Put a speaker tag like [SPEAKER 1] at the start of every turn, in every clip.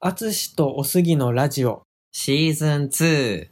[SPEAKER 1] あつしとおすぎのラジオ
[SPEAKER 2] シーズン2。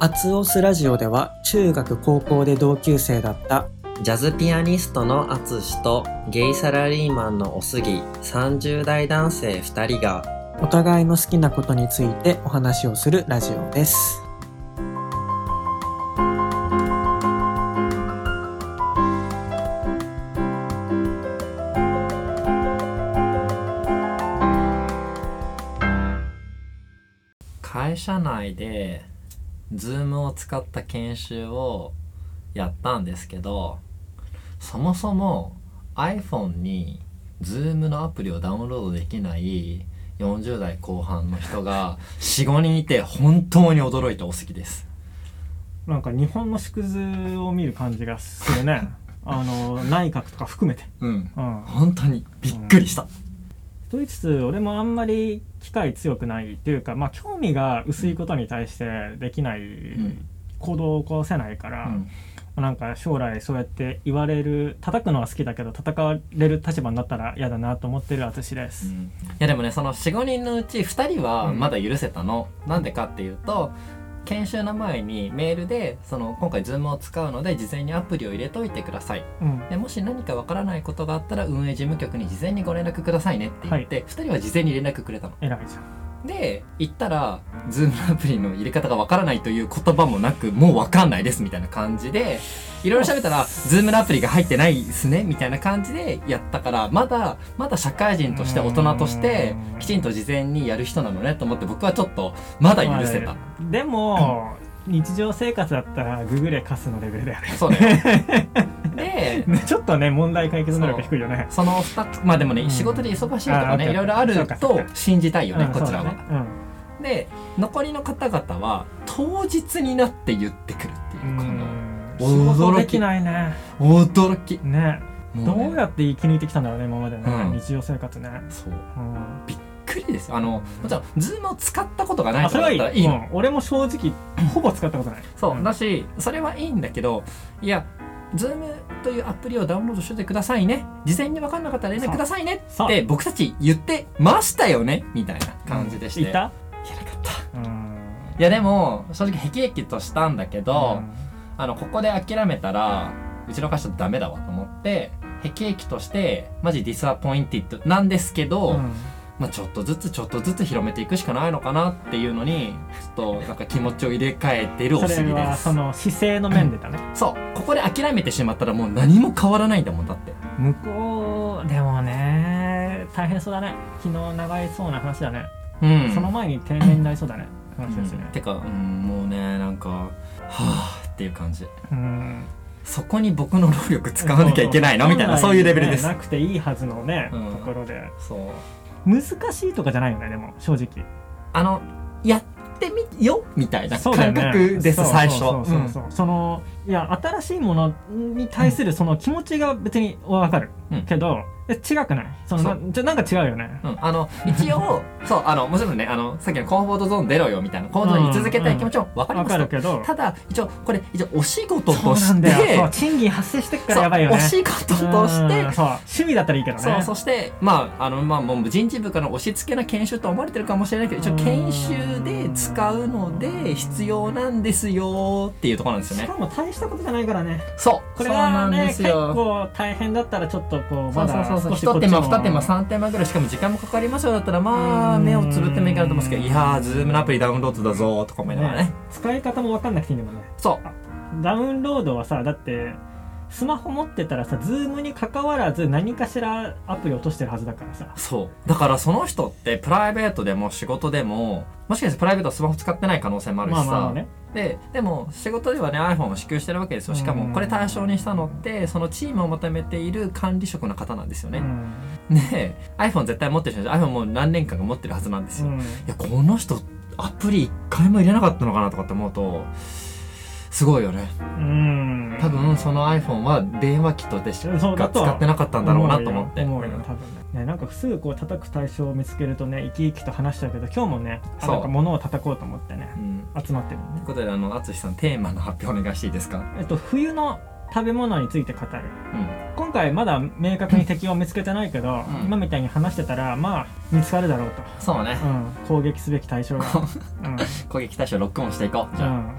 [SPEAKER 1] あつおすラジオでは中学高校で同級生だった
[SPEAKER 2] ジャズピアニストのアツシとゲイサラリーマンのおすぎ30代男性2人が
[SPEAKER 1] お互いの好きなことについてお話をするラジオです
[SPEAKER 2] 会社内で Zoom を使った研修をやったんですけどそもそも iPhone に Zoom のアプリをダウンロードできない40代後半の人が45人いて本当に驚いたお好きです
[SPEAKER 3] なんか日本の縮図を見る感じがす るねあの内閣とか含めて、
[SPEAKER 2] うん
[SPEAKER 3] うん、
[SPEAKER 2] 本当にびっくりした、
[SPEAKER 3] と言いつつ俺もあんまり機会強くないっていうかまあ興味が薄いことに対してできない、
[SPEAKER 2] うん
[SPEAKER 3] 行動を起こせないから、なんか将来そうやって言われる叩くのは好きだけど叩かれる立場になったら嫌だなと思ってる私で
[SPEAKER 2] う
[SPEAKER 3] す、
[SPEAKER 2] んいやでもねその45人のうち2人はまだ許せたの、なんでかっていうと研修の前にメールでその今回 Zoom を使うので事前にアプリを入れといてください
[SPEAKER 3] うん
[SPEAKER 2] でもし何かわからないことがあったら運営事務局に事前にご連絡くださいねって言って、2人は事前に連絡くれたの
[SPEAKER 3] 偉いじゃん
[SPEAKER 2] で行ったら Zoom のアプリの入れ方がわからないという言葉もなくもうわかんないですみたいな感じでいろいろ喋ったら Zoom のアプリが入ってないですねみたいな感じでやったからまだまだ社会人として大人としてきちんと事前にやる人なのねと思って僕はちょっとまだ許せた
[SPEAKER 3] まあでも、日常生活だったらググレ貸すのレベルだよね
[SPEAKER 2] そうだよ で
[SPEAKER 3] ちょっとね問題解決能力低いよね
[SPEAKER 2] その2つまあでもね、
[SPEAKER 3] うん
[SPEAKER 2] 仕事で忙しいとか
[SPEAKER 3] あ
[SPEAKER 2] ね
[SPEAKER 3] ー
[SPEAKER 2] いろいろあ
[SPEAKER 3] そう
[SPEAKER 2] る
[SPEAKER 3] かそう
[SPEAKER 2] と
[SPEAKER 3] か
[SPEAKER 2] 信じたいよね、
[SPEAKER 3] うん
[SPEAKER 2] こちら
[SPEAKER 3] そう
[SPEAKER 2] は、
[SPEAKER 3] だねうん
[SPEAKER 2] で残りの方々は当日になって言ってくるっていうこの
[SPEAKER 3] うん
[SPEAKER 2] 驚き
[SPEAKER 3] 仕事できないね
[SPEAKER 2] 驚き
[SPEAKER 3] ね
[SPEAKER 2] も
[SPEAKER 3] ど
[SPEAKER 2] ね
[SPEAKER 3] うやって生き抜いてきたんだろうね今までね、
[SPEAKER 2] うん
[SPEAKER 3] 日常生活ね、
[SPEAKER 2] そう
[SPEAKER 3] うん、
[SPEAKER 2] びっくりですよあのもちろん Zoom を使ったことがない
[SPEAKER 3] あ
[SPEAKER 2] 人
[SPEAKER 3] それ
[SPEAKER 2] だっ
[SPEAKER 3] は
[SPEAKER 2] た
[SPEAKER 3] いい
[SPEAKER 2] らいいの
[SPEAKER 3] うん俺も正直ほぼ使ったことない
[SPEAKER 2] そうだ
[SPEAKER 3] ん
[SPEAKER 2] しそれはいいんだけどいや Zoom というアプリをダウンロードしててくださいね事前に分かんなかったら連絡くださいね
[SPEAKER 3] そう
[SPEAKER 2] って僕たち言ってましたよねみたいな感じでして、
[SPEAKER 3] いた
[SPEAKER 2] いやなかった
[SPEAKER 3] うん
[SPEAKER 2] いやでも正直へきへきとしたんだけど、
[SPEAKER 3] うん
[SPEAKER 2] あのここで諦めたらうちの会社ダメだわと思ってへきへきとしてマジディスアポインティッドなんですけど、
[SPEAKER 3] うん
[SPEAKER 2] まあ、ちょっとずつちょっとずつ広めていくしかないのかなっていうのにちょっとなんか気持ちを入れ替えてるお
[SPEAKER 3] そ
[SPEAKER 2] すぎで
[SPEAKER 3] れは
[SPEAKER 2] す
[SPEAKER 3] その姿勢の面でだね
[SPEAKER 2] そうここで諦めてしまったらもう何も変わらないんだもんだって
[SPEAKER 3] 向こうでもね大変そうだね昨日長いそうな話だね、
[SPEAKER 2] うん
[SPEAKER 3] その前に定年になりそうだね話です
[SPEAKER 2] うん
[SPEAKER 3] ね
[SPEAKER 2] てか、うん、もうねなんかはあっていう感じ
[SPEAKER 3] うん
[SPEAKER 2] そこに僕の労力使わなきゃいけないのみたいなそういうレベルです
[SPEAKER 3] 本来ねなくていいはずのね、
[SPEAKER 2] うん
[SPEAKER 3] ところで
[SPEAKER 2] そう
[SPEAKER 3] 難しいとかじゃないよねでも正直
[SPEAKER 2] あのやってみよみたいな
[SPEAKER 3] そうだよ
[SPEAKER 2] 感
[SPEAKER 3] ね
[SPEAKER 2] 覚です、
[SPEAKER 3] そう
[SPEAKER 2] 最初
[SPEAKER 3] そうそうそうそのいや新しいものに対するその気持ちが別にわかる、
[SPEAKER 2] うん
[SPEAKER 3] けどえ違くないその
[SPEAKER 2] そう
[SPEAKER 3] なじゃなんか違うよね
[SPEAKER 2] うんうんあの一応そうあのもちろんねあのさっきのコンフォートゾーン出ろよみたいなコンフォートゾーンに続けたい気持ちも分かり
[SPEAKER 3] わ
[SPEAKER 2] ます
[SPEAKER 3] か
[SPEAKER 2] と
[SPEAKER 3] るけど
[SPEAKER 2] ただ一応これ一応お仕事
[SPEAKER 3] そ
[SPEAKER 2] と
[SPEAKER 3] うなん
[SPEAKER 2] し
[SPEAKER 3] だ
[SPEAKER 2] て
[SPEAKER 3] よそう賃金発生してっから
[SPEAKER 2] そう
[SPEAKER 3] やばいよね
[SPEAKER 2] お仕事として
[SPEAKER 3] うんそう趣味だったらいいけどね
[SPEAKER 2] そうそしてまああのまあもう人事部からの押し付けな研修と思われてるかもしれないけど一応研修で使うので必要なんですよっていうところなんですよ
[SPEAKER 3] し
[SPEAKER 2] ね
[SPEAKER 3] かも大したことじゃないからね
[SPEAKER 2] そう
[SPEAKER 3] これ
[SPEAKER 2] そうな
[SPEAKER 3] が
[SPEAKER 2] ん
[SPEAKER 3] ね
[SPEAKER 2] で
[SPEAKER 3] 結
[SPEAKER 2] すよ
[SPEAKER 3] 構大変だったらちょっとこう
[SPEAKER 2] そ
[SPEAKER 3] ま
[SPEAKER 2] うそう
[SPEAKER 3] だ
[SPEAKER 2] そうそう
[SPEAKER 3] 少しこっ
[SPEAKER 2] 一
[SPEAKER 3] ち
[SPEAKER 2] 手間
[SPEAKER 3] も
[SPEAKER 2] 二手間三手間ぐらいしかも時間もかかりますよだったらまあ目をつぶってもいいかなと思うんですけどいやーズームのアプリダウンロードだぞーとか思いながらね
[SPEAKER 3] ね使い方も分かんなくていいんだもんね
[SPEAKER 2] そう
[SPEAKER 3] ダウンロードはさだってスマホ持ってたらさズームに関わらず何かしらアプリ落としてるはずだからさ
[SPEAKER 2] そうだからその人ってプライベートでも仕事でももしかしてプライベートはスマホ使ってない可能性もあるし
[SPEAKER 3] ま
[SPEAKER 2] さ、
[SPEAKER 3] あまあまあね
[SPEAKER 2] ででも仕事ではね iPhone を支給してるわけですよしか
[SPEAKER 3] うん
[SPEAKER 2] もこれ対象にしたのってそのチームをまとめている管理職の方なんですよ
[SPEAKER 3] う
[SPEAKER 2] ね、
[SPEAKER 3] ん
[SPEAKER 2] で iPhone 絶対持ってる人で iPhone もう何年間か持ってるはずなんです
[SPEAKER 3] う
[SPEAKER 2] よ、
[SPEAKER 3] ん
[SPEAKER 2] いやこの人アプリ一回も入れなかったのかなとかって思うとすごいよね
[SPEAKER 3] うん
[SPEAKER 2] 多分その iPhone は電話機とでし
[SPEAKER 3] そう
[SPEAKER 2] か
[SPEAKER 3] だとは
[SPEAKER 2] 使ってなかったんだろうなと思って
[SPEAKER 3] 思うよ思うよ多分ねねなんかすぐこう叩く対象を見つけるとね生き生きと話しちゃうけど今日もねあ
[SPEAKER 2] そう
[SPEAKER 3] なんか物を叩こうと思ってね
[SPEAKER 2] うん
[SPEAKER 3] 集まってるの
[SPEAKER 2] とい
[SPEAKER 3] ね
[SPEAKER 2] うことであの淳さんテーマの発表お願いしていいですか
[SPEAKER 3] えっと冬の食べ物について語る
[SPEAKER 2] うん
[SPEAKER 3] 今回まだ明確に敵を見つけてないけど、
[SPEAKER 2] うん
[SPEAKER 3] 今みたいに話してたらまあ見つかるだろうと、
[SPEAKER 2] そうね
[SPEAKER 3] うん、攻撃すべき対 象が、うん
[SPEAKER 2] 攻撃対象ロックオンしていこうじ
[SPEAKER 3] う
[SPEAKER 2] ゃあ、
[SPEAKER 3] ん、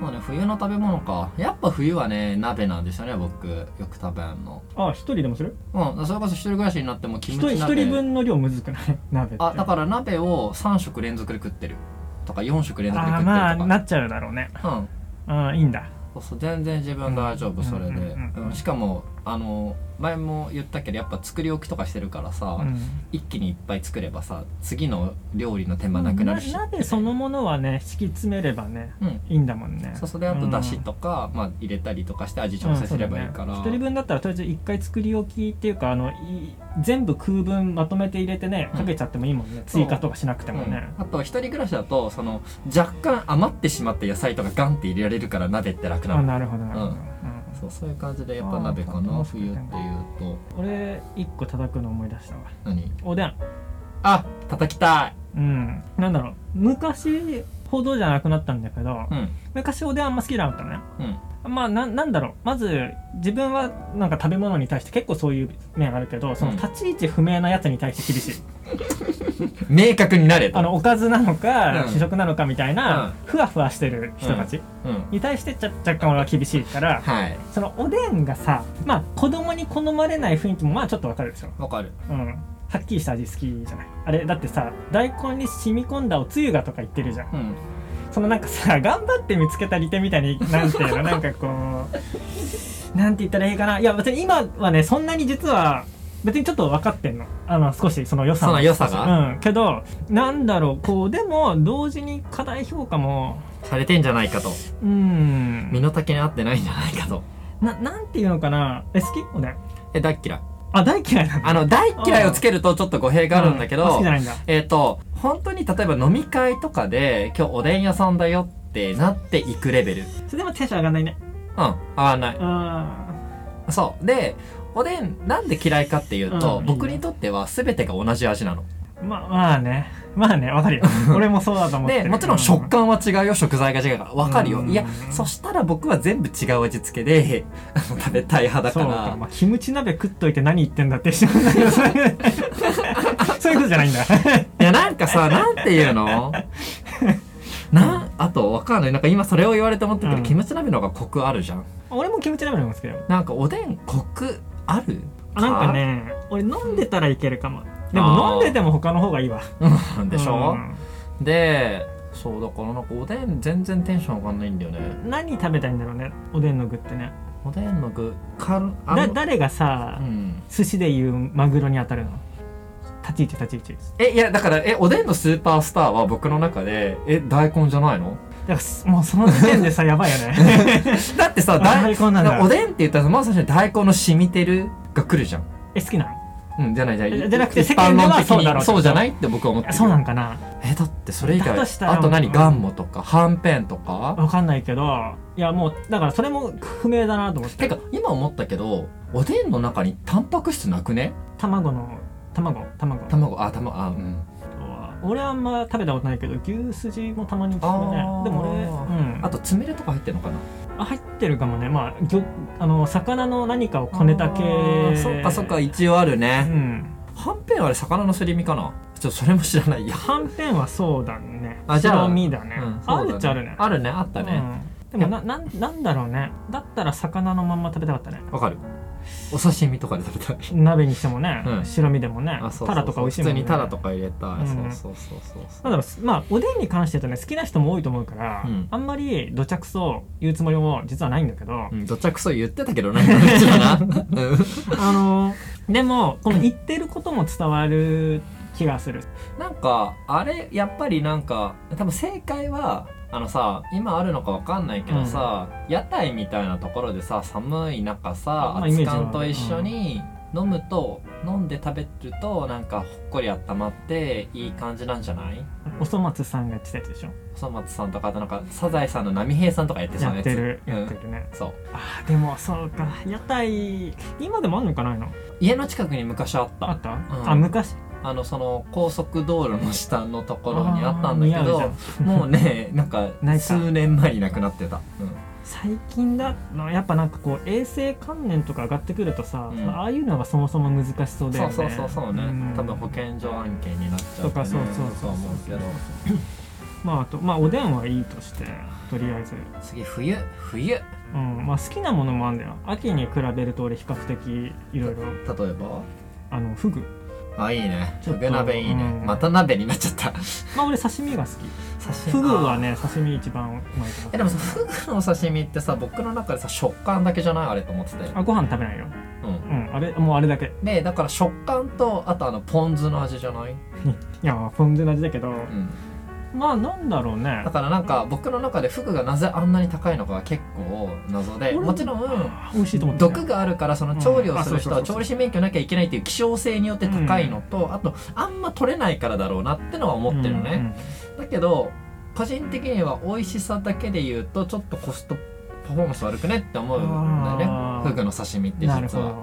[SPEAKER 2] そうね冬の食べ物かやっぱ冬はね鍋なんですよね僕よく食べんの
[SPEAKER 3] あ一人でもする
[SPEAKER 2] うんそれこそ一人暮らしになってもキ
[SPEAKER 3] 一
[SPEAKER 2] ム
[SPEAKER 3] 人
[SPEAKER 2] チ
[SPEAKER 3] 一
[SPEAKER 2] 鍋
[SPEAKER 3] 人分の量むず くない鍋って
[SPEAKER 2] あだから鍋を3食連続で食ってるとか4食連続で食っ
[SPEAKER 3] あ
[SPEAKER 2] て
[SPEAKER 3] ー
[SPEAKER 2] るとか
[SPEAKER 3] まあなっちゃうだろうね
[SPEAKER 2] うん
[SPEAKER 3] うんいいんだ
[SPEAKER 2] そうそう全然自分大丈夫
[SPEAKER 3] うん
[SPEAKER 2] それで、
[SPEAKER 3] うんうんうん
[SPEAKER 2] うんしかもあの前も言ったけどやっぱ作り置きとかしてるからさ、
[SPEAKER 3] うん
[SPEAKER 2] 一気にいっぱい作ればさ次の料理の手間なくなるし、
[SPEAKER 3] な鍋そのものはね敷き詰めればね
[SPEAKER 2] うん
[SPEAKER 3] いいんだもんね
[SPEAKER 2] そうそれあとだしとか、まあ、入れたりとかして味調整すればいいから、
[SPEAKER 3] うんそうだね一人分だったらとりあえず一回作り置きっていうかあのい全部空分まとめて入れてね
[SPEAKER 2] うん
[SPEAKER 3] かけちゃってもいいもんね、
[SPEAKER 2] そう
[SPEAKER 3] 追加とかしなくてもね、
[SPEAKER 2] うんあと一人暮らしだとその若干余ってしまった野菜とかガンって入れられるから鍋って楽な
[SPEAKER 3] あ
[SPEAKER 2] の
[SPEAKER 3] なるほどなるほど、
[SPEAKER 2] うんそうそういう感じでやっぱ鍋か
[SPEAKER 3] あ
[SPEAKER 2] な
[SPEAKER 3] ー
[SPEAKER 2] 冬っていうと
[SPEAKER 3] うん俺一個叩くの思い出したわ
[SPEAKER 2] 何
[SPEAKER 3] おでん
[SPEAKER 2] あ叩きた
[SPEAKER 3] うんなんだろう昔ほどじゃなくなったんだけど、
[SPEAKER 2] いうん
[SPEAKER 3] 昔おでんあんま好きじゃなかったのね
[SPEAKER 2] うん
[SPEAKER 3] まあななんだろうまず自分はなんか食べ物に対して結構そういう面あるけどその
[SPEAKER 2] うん
[SPEAKER 3] 立ち位置不明なやつに対して厳しい、
[SPEAKER 2] 明確になれと
[SPEAKER 3] あのおかずなのか、
[SPEAKER 2] うん
[SPEAKER 3] 主食なのかみたいな、
[SPEAKER 2] うん
[SPEAKER 3] ふわふわしてる人たち
[SPEAKER 2] うん
[SPEAKER 3] に対してちゃ若干俺は厳しいから
[SPEAKER 2] はい
[SPEAKER 3] そのおでんがさまあ子供に好まれない雰囲気もまあちょっとわかるでしょ、
[SPEAKER 2] わかる
[SPEAKER 3] うん、はっきりした味好きじゃないあれだってさ大根に染み込んだおつゆがとか言ってるじゃん
[SPEAKER 2] うん
[SPEAKER 3] そのなんかさ 頑張って見つけた利点みたいになんていう のなんかこうなんて言ったらいいかないや別に今はねそんなに実は別にちょっと分かってんのあの少しその良さ
[SPEAKER 2] その良さが
[SPEAKER 3] うんけどなんだろうこうでも同時に過大評価も
[SPEAKER 2] されてんじゃないかと
[SPEAKER 3] うん
[SPEAKER 2] 身の丈に合ってないんじゃないかと
[SPEAKER 3] ななんていうのかなえ好きおね
[SPEAKER 2] え大っ嫌い
[SPEAKER 3] あ大嫌いなんだ
[SPEAKER 2] あの大っ嫌いをつけるとちょっと語弊があるんだけど、
[SPEAKER 3] う好きじゃないんだ
[SPEAKER 2] えっ、と、本当に例えば飲み会とかで、今日おでん屋さんだよってなっていくレベル。うん、
[SPEAKER 3] それでもテンション上がんないね
[SPEAKER 2] 合わな
[SPEAKER 3] あ
[SPEAKER 2] い。そう。で、おでんなんで嫌いかっていうと、
[SPEAKER 3] うん
[SPEAKER 2] 僕にとっては全てが同じ味なの。
[SPEAKER 3] ーまあまあねまあねわか るよ俺もそうだと思って
[SPEAKER 2] で、
[SPEAKER 3] る
[SPEAKER 2] もちろん食感は違うよ、食材が違うから。わかるよ。
[SPEAKER 3] うん
[SPEAKER 2] いや、そしたら僕は全部違う味付けで、 あの食べたい派だ
[SPEAKER 3] そう
[SPEAKER 2] か
[SPEAKER 3] か、まあ、キムチ鍋食っといて何言ってんだって 人なんだけどそういうそういうことじゃないん だ
[SPEAKER 2] ら。いや、なんかさ、なんていうの なん、あと、わかんない。なんか今それを言われて思ったけど、
[SPEAKER 3] うん
[SPEAKER 2] キムチ鍋の方がコクあるじゃん。
[SPEAKER 3] 俺もキムチ鍋の方が好きだよ
[SPEAKER 2] なんかおでんコクある
[SPEAKER 3] あなんかね俺飲んでたらいけるかもで
[SPEAKER 2] あー
[SPEAKER 3] も飲んでても他の方がいいわ
[SPEAKER 2] うん でしょ
[SPEAKER 3] う、ん
[SPEAKER 2] でそうだからなんかおでん全然テンション上がんないんだよね
[SPEAKER 3] 何食べたいんだろうねおでんの具ってね
[SPEAKER 2] おでんの具かんあ
[SPEAKER 3] だ
[SPEAKER 2] の
[SPEAKER 3] 誰がさ、
[SPEAKER 2] うん
[SPEAKER 3] 寿司でいうマグロに当たるの立ち位置立ち位置
[SPEAKER 2] えいやだからえおでんのスーパースターは僕の中でえ大根じゃないの
[SPEAKER 3] だからもうその時点でさやばいよね
[SPEAKER 2] だってさ
[SPEAKER 3] あ
[SPEAKER 2] 大
[SPEAKER 3] 大根なんだ
[SPEAKER 2] おでんって言ったらまず最初に大根の染みてるが来るじゃん
[SPEAKER 3] え好きなの
[SPEAKER 2] うんじゃないじゃない
[SPEAKER 3] えじゃなくて
[SPEAKER 2] 一般論的
[SPEAKER 3] 世間ではそうだろ
[SPEAKER 2] に
[SPEAKER 3] うって
[SPEAKER 2] そうじゃないって僕は思ってる
[SPEAKER 3] そうなんかな
[SPEAKER 2] えだってそれ以外
[SPEAKER 3] だとしたら
[SPEAKER 2] あと何
[SPEAKER 3] うん
[SPEAKER 2] ガンモとかはんぺんとか
[SPEAKER 3] わかんないけどいやもうだからそれも不明だなと思って
[SPEAKER 2] てか今思ったけどおでんの中にタンパク質なくね
[SPEAKER 3] 卵の卵卵
[SPEAKER 2] 卵あ卵あうん
[SPEAKER 3] 俺はあんま食べたことないけど牛すじもたまに聞くね
[SPEAKER 2] あー
[SPEAKER 3] でも俺、うん、
[SPEAKER 2] あとつみれとか入ってるのかな
[SPEAKER 3] あ入ってるかもねまあぎょあの魚の何かをこねた
[SPEAKER 2] あー
[SPEAKER 3] 系
[SPEAKER 2] そっかそっか一応ある
[SPEAKER 3] う
[SPEAKER 2] ね、
[SPEAKER 3] ん
[SPEAKER 2] はんぺんはあれ魚のすり身かなちょっとそれも知らないや、
[SPEAKER 3] はんぺんはそうだね
[SPEAKER 2] あじゃあ
[SPEAKER 3] 白身だね,、
[SPEAKER 2] うん
[SPEAKER 3] あ
[SPEAKER 2] そうだ
[SPEAKER 3] るっちゃあるね
[SPEAKER 2] あるねあったね
[SPEAKER 3] うんでもななんなんだろうねだったら魚のまんま食べたかったね
[SPEAKER 2] わ、かるお刺身とかで食べ たい
[SPEAKER 3] 鍋にしてもね、
[SPEAKER 2] うん
[SPEAKER 3] 白身でもね
[SPEAKER 2] あそうそうそう
[SPEAKER 3] タラとか美味しいもん、
[SPEAKER 2] 普
[SPEAKER 3] ね、
[SPEAKER 2] 通にタラとか入れたい、
[SPEAKER 3] うん
[SPEAKER 2] そうそうそうそ
[SPEAKER 3] なん
[SPEAKER 2] う
[SPEAKER 3] だろうまあおでんに関して言うとね好きな人も多いと思うから、
[SPEAKER 2] うん
[SPEAKER 3] あんまりどちゃくそ言うつもりも実はないんだけど、
[SPEAKER 2] うん、どっちゃくそ言ってたけどね、こっちはな。うん
[SPEAKER 3] あのでもこの言ってることも伝わる気がする
[SPEAKER 2] なんか、あれ、やっぱりなんか、多分正解は、あのさ、今あるのかわかんないけどさ、屋台みたいなところでさ、寒い中さ
[SPEAKER 3] ま、あイメ
[SPEAKER 2] 熱
[SPEAKER 3] ージはある
[SPEAKER 2] 燗と一緒に飲むと、飲んで食べるとなんかほっこり温まっていい感じなんじゃない
[SPEAKER 3] おそ松さんがやってたやつでしょ
[SPEAKER 2] 細松さんとかあとなんかサザエさんの波平さんとかやってそうな
[SPEAKER 3] や
[SPEAKER 2] や
[SPEAKER 3] っ
[SPEAKER 2] つ
[SPEAKER 3] てる
[SPEAKER 2] う
[SPEAKER 3] やって
[SPEAKER 2] ん、
[SPEAKER 3] るね、
[SPEAKER 2] そう
[SPEAKER 3] あーでもそうか屋台今でもあんのかないの
[SPEAKER 2] 家の近くに昔あった
[SPEAKER 3] あった、
[SPEAKER 2] ん
[SPEAKER 3] あ昔
[SPEAKER 2] あのその高速道路の下のところにあったんだけ
[SPEAKER 3] あー似合うじゃ
[SPEAKER 2] ど
[SPEAKER 3] ん
[SPEAKER 2] もうねなんか
[SPEAKER 3] ないか
[SPEAKER 2] 数年前になくなってた、う
[SPEAKER 3] 最近だのやっぱなんかこう衛生観念とか上がってくるとさ、
[SPEAKER 2] うん
[SPEAKER 3] ああいうのがそもそも難しそうんだよ
[SPEAKER 2] そう
[SPEAKER 3] ね
[SPEAKER 2] そうそうそうね、
[SPEAKER 3] ん
[SPEAKER 2] 多分保健所案件になっちゃって、ね、
[SPEAKER 3] とかそうそう
[SPEAKER 2] と
[SPEAKER 3] そうそう
[SPEAKER 2] 思うけど
[SPEAKER 3] まああとまあおでんはいいとしてとりあえず、
[SPEAKER 2] 次冬冬例え
[SPEAKER 3] うんまあ、好きなものもあるんだよ秋に比べると俺比較的いろいろ
[SPEAKER 2] ば
[SPEAKER 3] あのフグ
[SPEAKER 2] あいいね
[SPEAKER 3] ちょっ
[SPEAKER 2] ふ
[SPEAKER 3] と
[SPEAKER 2] ぐ鍋いいね、
[SPEAKER 3] うん
[SPEAKER 2] また鍋になっちゃった
[SPEAKER 3] まあ俺刺身が好き
[SPEAKER 2] 刺
[SPEAKER 3] フ
[SPEAKER 2] 身
[SPEAKER 3] グはね刺身一番うまい
[SPEAKER 2] え
[SPEAKER 3] か
[SPEAKER 2] で
[SPEAKER 3] な
[SPEAKER 2] もさフグのお刺身ってさ僕の中でさ食感だけじゃないあれと思ってて
[SPEAKER 3] あご飯食べないよ
[SPEAKER 2] うん
[SPEAKER 3] うんあれもうあれだけ
[SPEAKER 2] でだから食感とあとあのポン酢の味じゃない、
[SPEAKER 3] いやまあポン酢の味だけど、
[SPEAKER 2] うん、
[SPEAKER 3] まあなんだろうね
[SPEAKER 2] だからなんか僕の中でフグがなぜあんなに高いのかが結構謎で
[SPEAKER 3] 俺
[SPEAKER 2] もちろん
[SPEAKER 3] あー美味しいと思って
[SPEAKER 2] 毒があるからその調理をする人
[SPEAKER 3] うん
[SPEAKER 2] は
[SPEAKER 3] あそうそうそうそう
[SPEAKER 2] 調理師免許なきゃいけないっていう希少性によって高いのと、あとあんま取れないからだろうなってのは思ってるね、だけど個人的には美味しさだけで言うとちょっとコストパフォーマンス悪くねって思うんだよ
[SPEAKER 3] あ
[SPEAKER 2] ね
[SPEAKER 3] ー
[SPEAKER 2] フグの刺身って実
[SPEAKER 3] なるほ
[SPEAKER 2] は
[SPEAKER 3] ど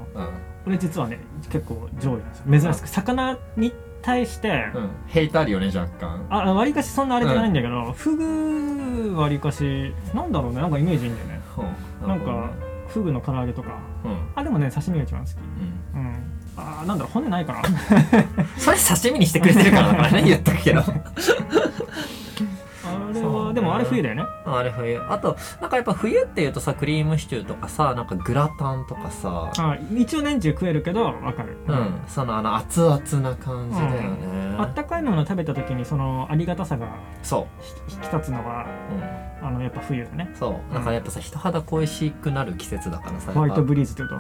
[SPEAKER 3] これ実はね結構上位なんですよ珍しく魚に対して、
[SPEAKER 2] うん、うん、ヘイタあるよね若干
[SPEAKER 3] あわりかしそんなあれじゃないんだけど、フグわりかしなんだろうねなんかイメージいいんだよね
[SPEAKER 2] うん
[SPEAKER 3] なんかフグの唐揚げとか
[SPEAKER 2] うん、うん
[SPEAKER 3] あでもね刺身が一番好きうんあーなんだろう骨な いかな
[SPEAKER 2] それ刺身にしてくれてるからだから ね言っとくけど
[SPEAKER 3] あれ
[SPEAKER 2] そう
[SPEAKER 3] は
[SPEAKER 2] ね
[SPEAKER 3] でもあれ冬だよね
[SPEAKER 2] あれ冬あとなんかやっぱ冬っていうとさクリームシチューとかさなんかグラタンとかさ
[SPEAKER 3] あ一応年中食えるけどわかる、
[SPEAKER 2] うんそのあの熱々な感じだよね、
[SPEAKER 3] あったかいものを食べた時にそのありがたさが
[SPEAKER 2] そ
[SPEAKER 3] ひ引き立つのは
[SPEAKER 2] う、う
[SPEAKER 3] あのやっぱ冬だね
[SPEAKER 2] ん、そうなんかやっぱさ人肌恋しくなる季節だからさ
[SPEAKER 3] ホワイト
[SPEAKER 2] やっぱ
[SPEAKER 3] ブリーズってこと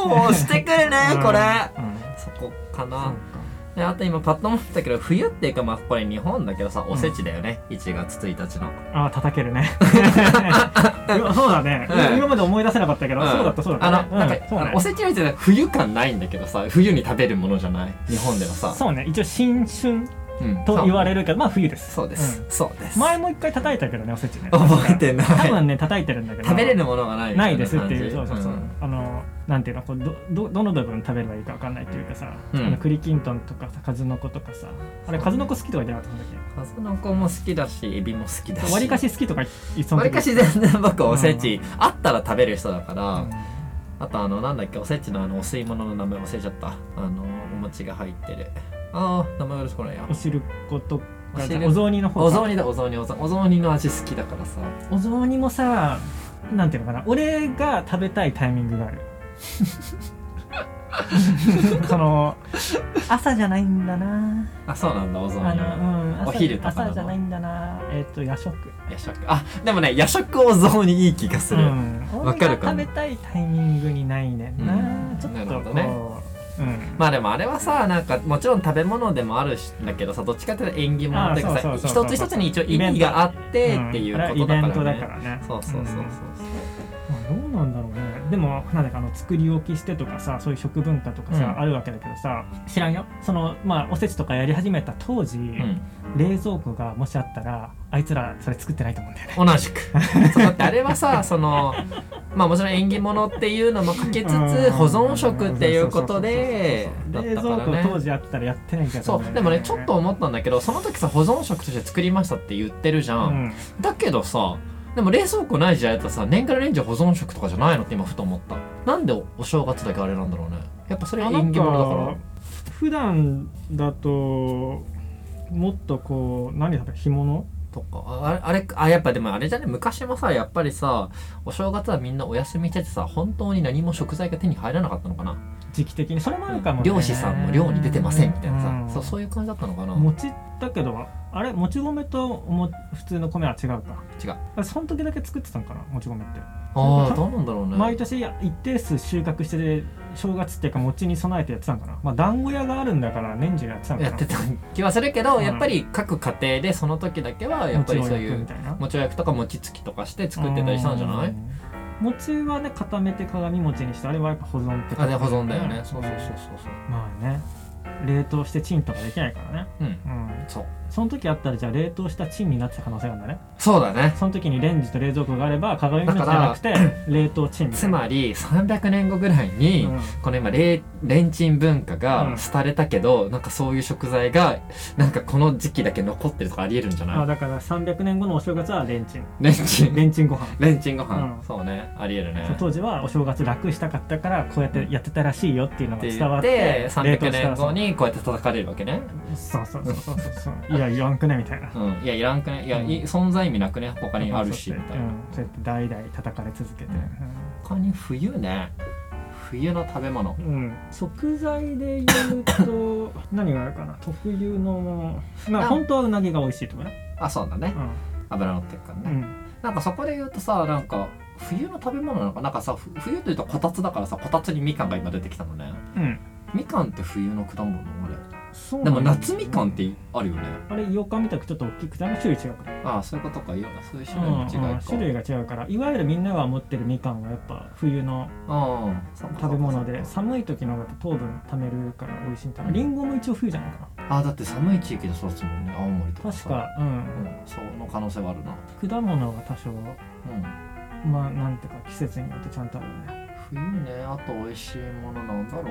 [SPEAKER 2] 今日もしてくるねこれ
[SPEAKER 3] うんうん
[SPEAKER 2] そこか
[SPEAKER 3] そう
[SPEAKER 2] な
[SPEAKER 3] か
[SPEAKER 2] であと今パッと思ったけど冬っていうかまあこれ日本だけどさおせちだよね、1月1日の
[SPEAKER 3] ああ叩ける ねうわそうだね、
[SPEAKER 2] うん
[SPEAKER 3] 今まで思い出せなかったけど、
[SPEAKER 2] ん
[SPEAKER 3] そうだったそうだった
[SPEAKER 2] あの、なん
[SPEAKER 3] う
[SPEAKER 2] か、
[SPEAKER 3] そう
[SPEAKER 2] あ
[SPEAKER 3] ね
[SPEAKER 2] のおせち料理って冬感ないんだけどさ、冬に食べるものじゃない。日本ではさ。
[SPEAKER 3] そうね一応新春
[SPEAKER 2] うん
[SPEAKER 3] と言わ
[SPEAKER 2] れ
[SPEAKER 3] れるけどまあ冬です
[SPEAKER 2] そうです。そうです。
[SPEAKER 3] うん前も一回叩いたけどねおせちね
[SPEAKER 2] 覚えてない。
[SPEAKER 3] 多分ね叩いてるんだけど
[SPEAKER 2] 食べれるものがない。
[SPEAKER 3] ないですっていうそうそうそう、
[SPEAKER 2] ん
[SPEAKER 3] あのなんていうのこうどどどの部分食べればいいかわかんないっていうかさ、
[SPEAKER 2] うん
[SPEAKER 3] あの栗きんとんとかさ数の子とかさあれ
[SPEAKER 2] そうね
[SPEAKER 3] 数の子好きとか言ってなかったんだっ
[SPEAKER 2] 数の子も好きだし、エビも好きだ
[SPEAKER 3] け
[SPEAKER 2] し。
[SPEAKER 3] わりか。し好きとか言って
[SPEAKER 2] わりかし全然僕おせち、あったら食べる人だから、
[SPEAKER 3] うん
[SPEAKER 2] あとあの、なんだっけ、おせちのあの、お吸い物の名前忘れちゃった。あの、お餅が入ってる。ああ、名前よろしくないや
[SPEAKER 3] お。汁粉とか
[SPEAKER 2] お汁
[SPEAKER 3] お雑煮の方か
[SPEAKER 2] お雑煮だ、お雑煮、お雑煮。お雑煮の味好きだからさ。
[SPEAKER 3] お雑煮もさなんていうのかな俺が食べたいタイミング があるその朝じゃないんだな
[SPEAKER 2] あ、そうなんだ、お雑煮。
[SPEAKER 3] あの、うん、朝
[SPEAKER 2] お昼とかなの
[SPEAKER 3] 朝じゃないんだなえっ、と夜食
[SPEAKER 2] 夜食あでもね夜食お雑煮いい気がする、
[SPEAKER 3] うん
[SPEAKER 2] わかる
[SPEAKER 3] 俺が
[SPEAKER 2] か
[SPEAKER 3] 食
[SPEAKER 2] も
[SPEAKER 3] べたいタイミングにないねんな、
[SPEAKER 2] うん
[SPEAKER 3] ちょっ
[SPEAKER 2] なる
[SPEAKER 3] と
[SPEAKER 2] ほ
[SPEAKER 3] こ
[SPEAKER 2] ど
[SPEAKER 3] う、
[SPEAKER 2] ね
[SPEAKER 3] うん
[SPEAKER 2] まあでもあれはさなんかもちろん食べ物でもあるしだけどさどっちかっていうと縁起物というか
[SPEAKER 3] あ
[SPEAKER 2] さ
[SPEAKER 3] そうそうそう
[SPEAKER 2] 一つ一つに一応意味があってっていう
[SPEAKER 3] あれは
[SPEAKER 2] こ
[SPEAKER 3] イ
[SPEAKER 2] とだ
[SPEAKER 3] ベ
[SPEAKER 2] か
[SPEAKER 3] ント
[SPEAKER 2] ら
[SPEAKER 3] だか
[SPEAKER 2] ね
[SPEAKER 3] らね
[SPEAKER 2] そうそうそうそう
[SPEAKER 3] うんまあ、どうなんだろうねでもなんだかあの作り置きしてとかさそういう食文化とかさ、
[SPEAKER 2] うん
[SPEAKER 3] あるわけだけどさ知らんよそのまあおせちとかやり始めた当時、
[SPEAKER 2] う
[SPEAKER 3] 冷蔵庫がもしあったらあいつらそれ作ってないと思うんだよね
[SPEAKER 2] ん同 じくそうだってあれはさそのまあもちろん縁起物っていうのもかけつつ
[SPEAKER 3] うん
[SPEAKER 2] 保存食っていうことでだっ
[SPEAKER 3] 冷
[SPEAKER 2] た
[SPEAKER 3] 蔵
[SPEAKER 2] から
[SPEAKER 3] 庫当
[SPEAKER 2] ね
[SPEAKER 3] 時あったらやってないけど
[SPEAKER 2] そうでもねちょっと思ったんだけどその時さ保存食として作りましたって言ってるじゃ、
[SPEAKER 3] うんん
[SPEAKER 2] だけどさでも冷蔵庫ない時代だったらさ年がら年中保存食とかじゃないのって今ふと思ったなんでおお正月だけあれなんだろうねやっぱそれは
[SPEAKER 3] なん
[SPEAKER 2] 縁起物だから
[SPEAKER 3] か普段だともっとこう何食べる干物
[SPEAKER 2] とかああれあれあやっぱでもあれじゃね昔もさやっぱりさお正月はみんなお休みしててさ本当に何も食材が手に入らなかったのかな
[SPEAKER 3] 時期的にそれもあるかも、ね、
[SPEAKER 2] 漁師さんも漁に出てませんみたいなさ、
[SPEAKER 3] うん
[SPEAKER 2] そうそういう感じだったのかな
[SPEAKER 3] 餅だけどあれもち米とも普通の米は違うか
[SPEAKER 2] 違う
[SPEAKER 3] あその時だけ作ってたんかなもち米って、
[SPEAKER 2] ああどうなんだろうね
[SPEAKER 3] 毎年一定数収穫して正月っていうか餅に備えてやってたんかなまあ団子屋があるんだから年中やってたんかな
[SPEAKER 2] やってた気はするけど、
[SPEAKER 3] うん
[SPEAKER 2] やっぱり各家庭でその時だけはやっぱりそうい
[SPEAKER 3] 餅を焼くみ
[SPEAKER 2] う
[SPEAKER 3] たいな
[SPEAKER 2] 餅焼くとか餅つきとかして作ってたりしたんじゃない
[SPEAKER 3] うん餅はね固めて鏡餅にしてあれはやっぱ保存って
[SPEAKER 2] あれ保存だよね、
[SPEAKER 3] そ
[SPEAKER 2] そうう
[SPEAKER 3] そ
[SPEAKER 2] そうう
[SPEAKER 3] そ
[SPEAKER 2] そううそうそう
[SPEAKER 3] まあね冷凍してチンとかできないからね
[SPEAKER 2] うん
[SPEAKER 3] うん
[SPEAKER 2] そう
[SPEAKER 3] その時あったらじゃあ冷凍したチンになってた可能性があるんだね
[SPEAKER 2] そうだね
[SPEAKER 3] その時にレンジと冷蔵庫があれば鏡餅じ
[SPEAKER 2] だ
[SPEAKER 3] ゃ
[SPEAKER 2] から
[SPEAKER 3] なくて冷凍チンみた
[SPEAKER 2] つ
[SPEAKER 3] いな
[SPEAKER 2] まり300年後ぐらいに、
[SPEAKER 3] うん
[SPEAKER 2] この今レレンチン文化
[SPEAKER 3] う
[SPEAKER 2] が
[SPEAKER 3] ん
[SPEAKER 2] 廃れたけど、なんかそういう食材がなんかこの時期だけ残ってるとかありえるんじゃ
[SPEAKER 3] あ
[SPEAKER 2] ない
[SPEAKER 3] だから300年後のお正月はレンチン
[SPEAKER 2] レンチン
[SPEAKER 3] レンチンご飯
[SPEAKER 2] レンチンご飯、
[SPEAKER 3] うん
[SPEAKER 2] そうねありえるね
[SPEAKER 3] そう当時はお正月楽したかったからこうやってやってたらしいよっていうの
[SPEAKER 2] っ
[SPEAKER 3] が
[SPEAKER 2] て
[SPEAKER 3] 伝
[SPEAKER 2] 言
[SPEAKER 3] わ
[SPEAKER 2] っ
[SPEAKER 3] ってて
[SPEAKER 2] 300
[SPEAKER 3] 冷凍した
[SPEAKER 2] 年
[SPEAKER 3] ら
[SPEAKER 2] 後にこうやって叩かれるわけね
[SPEAKER 3] そうそうそうそうそうそういや言わんくねみたいな
[SPEAKER 2] うんいやいらんくねいや、
[SPEAKER 3] うん
[SPEAKER 2] い存在意味なくね他にあるしみたいな、
[SPEAKER 3] うん、そうやって代々叩かれ続けて、
[SPEAKER 2] 他に冬ね冬の食べ物
[SPEAKER 3] うん食材で言うと何があるかな 特有のまあ
[SPEAKER 2] あ
[SPEAKER 3] 本当はうなぎが美味しいとかね、
[SPEAKER 2] あそうだね油乗ってるから
[SPEAKER 3] う
[SPEAKER 2] ね、
[SPEAKER 3] んうん、
[SPEAKER 2] なんかそこで言うとさなんか冬の食べ物なのかなんかさふ冬というとこたつだからさこたつにみかんが今出てきたのね
[SPEAKER 3] うん、
[SPEAKER 2] みかんって冬の果物あれ
[SPEAKER 3] そう
[SPEAKER 2] で
[SPEAKER 3] なんだ
[SPEAKER 2] も夏みかんってあるよね
[SPEAKER 3] あれ洋館みたくちょっと大きくてあの種類違うから
[SPEAKER 2] ああそういうことかいろんなそういう種類の
[SPEAKER 3] うん
[SPEAKER 2] 違
[SPEAKER 3] うん
[SPEAKER 2] いか
[SPEAKER 3] 種類が違うからいわゆるみんなが持ってるみかんはやっぱ冬の
[SPEAKER 2] うんそうかそうか
[SPEAKER 3] 食べ物で
[SPEAKER 2] そうか
[SPEAKER 3] 寒い時の方がやっぱ糖分貯めるから美味しいんだりんごも一応冬じゃないかな
[SPEAKER 2] ああだって寒い地域で育つもんね青森とか
[SPEAKER 3] 確
[SPEAKER 2] さ
[SPEAKER 3] か、うん、
[SPEAKER 2] うんその可能性はあるな
[SPEAKER 3] 果物が多少
[SPEAKER 2] うん
[SPEAKER 3] まあなんていうか季節によってちゃんとあるよね、
[SPEAKER 2] 冬ねあと美味しいものなんだろうな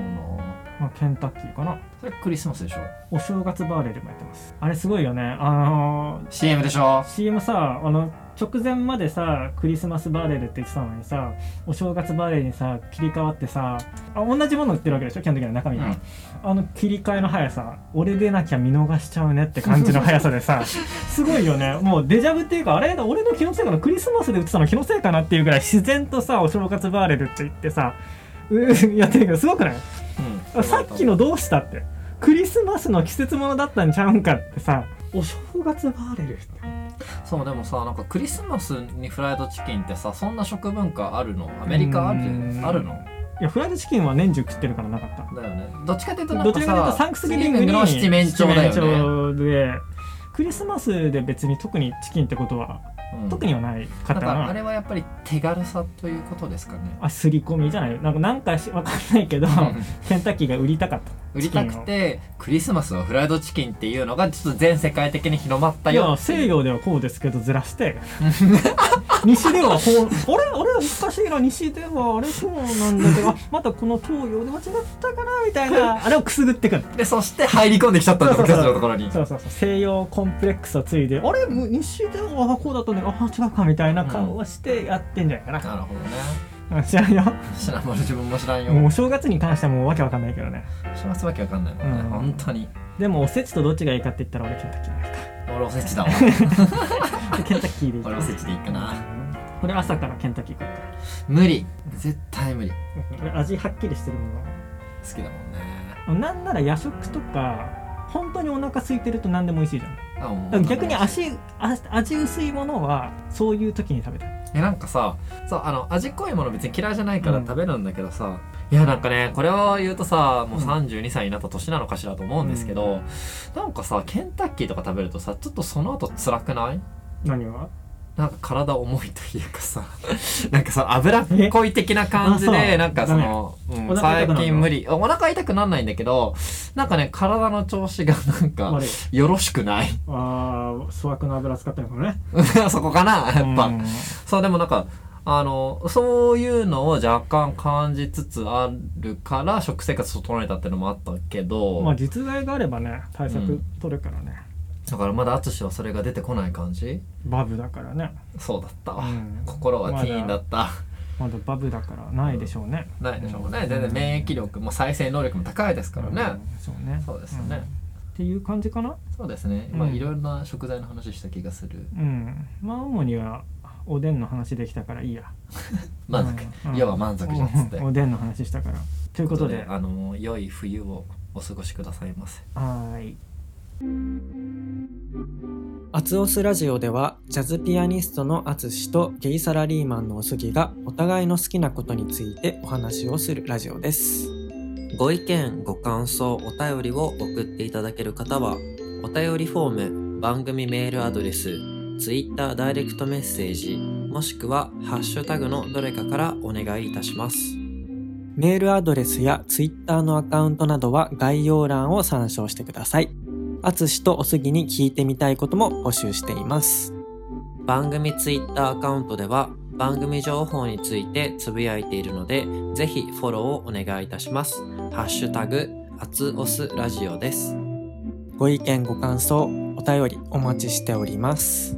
[SPEAKER 3] まあ、ケンタッキーかな
[SPEAKER 2] それクリスマスでしょ
[SPEAKER 3] お正月バーレーでもやってますあれすごいよねあの
[SPEAKER 2] CM でしょ
[SPEAKER 3] ー CM さあの直前までさクリスマスバーレールって言ってたのにさお正月バーレーにさ切り替わってさあ同じもの売ってるわけでしょ基本的には中身が、
[SPEAKER 2] うん
[SPEAKER 3] あの切り替えの速さ俺でなきゃ見逃しちゃうねって感じの速さ でさすごいよねもうデジャブっていうかあれ俺の気のせいかなクリスマスで打ってたの気のせいかなっていうぐらい自然とさお正月バーレルって言ってさうーやってるけどすごくない
[SPEAKER 2] うん
[SPEAKER 3] さっきのどうしたってクリスマスの季節ものだったんちゃうんかってさお正月バーレルって
[SPEAKER 2] そうでもさなんかクリスマスにフライドチキンってさそんな食文化あるのアメリカある
[SPEAKER 3] うん
[SPEAKER 2] あるの
[SPEAKER 3] いやフライドチキンは年中食ってるからなかった
[SPEAKER 2] だよねどっちかっていうとなん
[SPEAKER 3] ど
[SPEAKER 2] か
[SPEAKER 3] ち
[SPEAKER 2] さ
[SPEAKER 3] らかというとサンクスギビングに
[SPEAKER 2] の七面鳥だ
[SPEAKER 3] 七
[SPEAKER 2] よね、
[SPEAKER 3] 面鳥でクリスマスで別に特にチキンってことは
[SPEAKER 2] うん
[SPEAKER 3] 特にはない
[SPEAKER 2] だ
[SPEAKER 3] かっ
[SPEAKER 2] か
[SPEAKER 3] た
[SPEAKER 2] らあ
[SPEAKER 3] な
[SPEAKER 2] れはやっぱり手軽さということですかね
[SPEAKER 3] あ刷り込みじゃないなんかなんかしわかんないけどケンタッキーが売りたかった
[SPEAKER 2] 売りたくてクリスマスはフライドチキンっていうのがちょっと全世界的に広まった
[SPEAKER 3] い
[SPEAKER 2] よ
[SPEAKER 3] や西洋ではこうですけどずらして 西ではこうあれあれ難しいな西ではあれそうなんだけどあまたこの東洋で間違ったかなみたいな あれをくすぐってくる
[SPEAKER 2] でそして入り込んできちゃったんです
[SPEAKER 3] そ
[SPEAKER 2] よ
[SPEAKER 3] うそうそ
[SPEAKER 2] 僕たちの
[SPEAKER 3] う
[SPEAKER 2] ところに
[SPEAKER 3] そうそうそう西洋コンプレックスをついであれもう西ではあこうだったんだけどあ違うかみたいな顔をしてやってんじゃないか
[SPEAKER 2] なるほどね
[SPEAKER 3] な、知らんよ
[SPEAKER 2] 知らんもん自分も知らんよ
[SPEAKER 3] もうお正月に関してはもうわけわかんないけどね
[SPEAKER 2] 知らすわけわかんないもんね、
[SPEAKER 3] うん
[SPEAKER 2] 本当に
[SPEAKER 3] でもおせちとどっちがいいかって言ったら俺ケンタッキーだか
[SPEAKER 2] 俺おせちだわ
[SPEAKER 3] ら ケンタッキーでいい
[SPEAKER 2] 俺おせちでいいかな
[SPEAKER 3] これ朝からケンタッキー食うか
[SPEAKER 2] 無理絶対無理
[SPEAKER 3] らこれ味はっきりしてるも
[SPEAKER 2] 好きだもんね
[SPEAKER 3] のなんなら夜食とか本当にお腹空いてると何でも美味しいじゃん
[SPEAKER 2] あもう
[SPEAKER 3] だから逆に足あ味薄いものはそういう時に食べたい
[SPEAKER 2] えなんかさそうあの味濃いもの別に嫌いじゃないから
[SPEAKER 3] うん
[SPEAKER 2] 食べるんだけどさ、いやなんかねこれを言うとさもううん32歳になった年なのかしらと思うんですけど、なんかさケンタッキーとか食べるとさちょっとその後辛くない
[SPEAKER 3] 何は
[SPEAKER 2] なんか体重いというかさ なんかさ脂っこい的な感じ
[SPEAKER 3] えあそ
[SPEAKER 2] で
[SPEAKER 3] う
[SPEAKER 2] なんかその、うん
[SPEAKER 3] お腹痛
[SPEAKER 2] 最
[SPEAKER 3] くなるの
[SPEAKER 2] 近無理お腹痛くなんないんだけどなんかね体の調子がなんか
[SPEAKER 3] 悪い
[SPEAKER 2] よろしくない
[SPEAKER 3] あー粗悪な油使ってるからね
[SPEAKER 2] そこかなやっぱ。
[SPEAKER 3] うん
[SPEAKER 2] そうでもなんかあのそういうのを若干感じつつあるから食生活整えたってのもあったけど、
[SPEAKER 3] まあ実害があればね対策取るからね、
[SPEAKER 2] だからまだ淳はそれが出てこない感じ
[SPEAKER 3] バブだからね
[SPEAKER 2] そうだったわ、
[SPEAKER 3] うん
[SPEAKER 2] 心はティーンだった、
[SPEAKER 3] まだバブだからないでしょうね、
[SPEAKER 2] ないでしょうね全然免疫力も再生能力も高いですからね、
[SPEAKER 3] うんそうね
[SPEAKER 2] そうですよね
[SPEAKER 3] んっていう感じかな
[SPEAKER 2] そうですねまあ
[SPEAKER 3] うん
[SPEAKER 2] いろいろな食材の話した気がする
[SPEAKER 3] うんまあ主にはおでんの話できたからいいや
[SPEAKER 2] 満足、
[SPEAKER 3] うん
[SPEAKER 2] 要は満足じゃんっつって、
[SPEAKER 3] うんおでんの話したからということで
[SPEAKER 2] あの良い冬をお過ごしくださいませ
[SPEAKER 3] はーい
[SPEAKER 1] アツオスラジオではジャズピアニストのアツシとゲイサラリーマンのおすぎがお互いの好きなことについてお話をするラジオです
[SPEAKER 4] ご意見、ご感想、お便りを送っていただける方は、お便りフォーム、番組メールアドレス、Twitter ダイレクトメッセージ、
[SPEAKER 2] もしくはハッシュタグのどれかからお願いいたします。
[SPEAKER 1] メールアドレスやツイッターのアカウントなどは概要欄を参照してください。あつしとおすぎに聞いてみたいことも募集しています。
[SPEAKER 2] 番組ツイッターアカウントでは番組情報についてつぶやいているので、ぜひフォローをお願いいたします。ハッシュタグ、アツオスラジオです。
[SPEAKER 1] ご意見ご感想、お便りお待ちしております。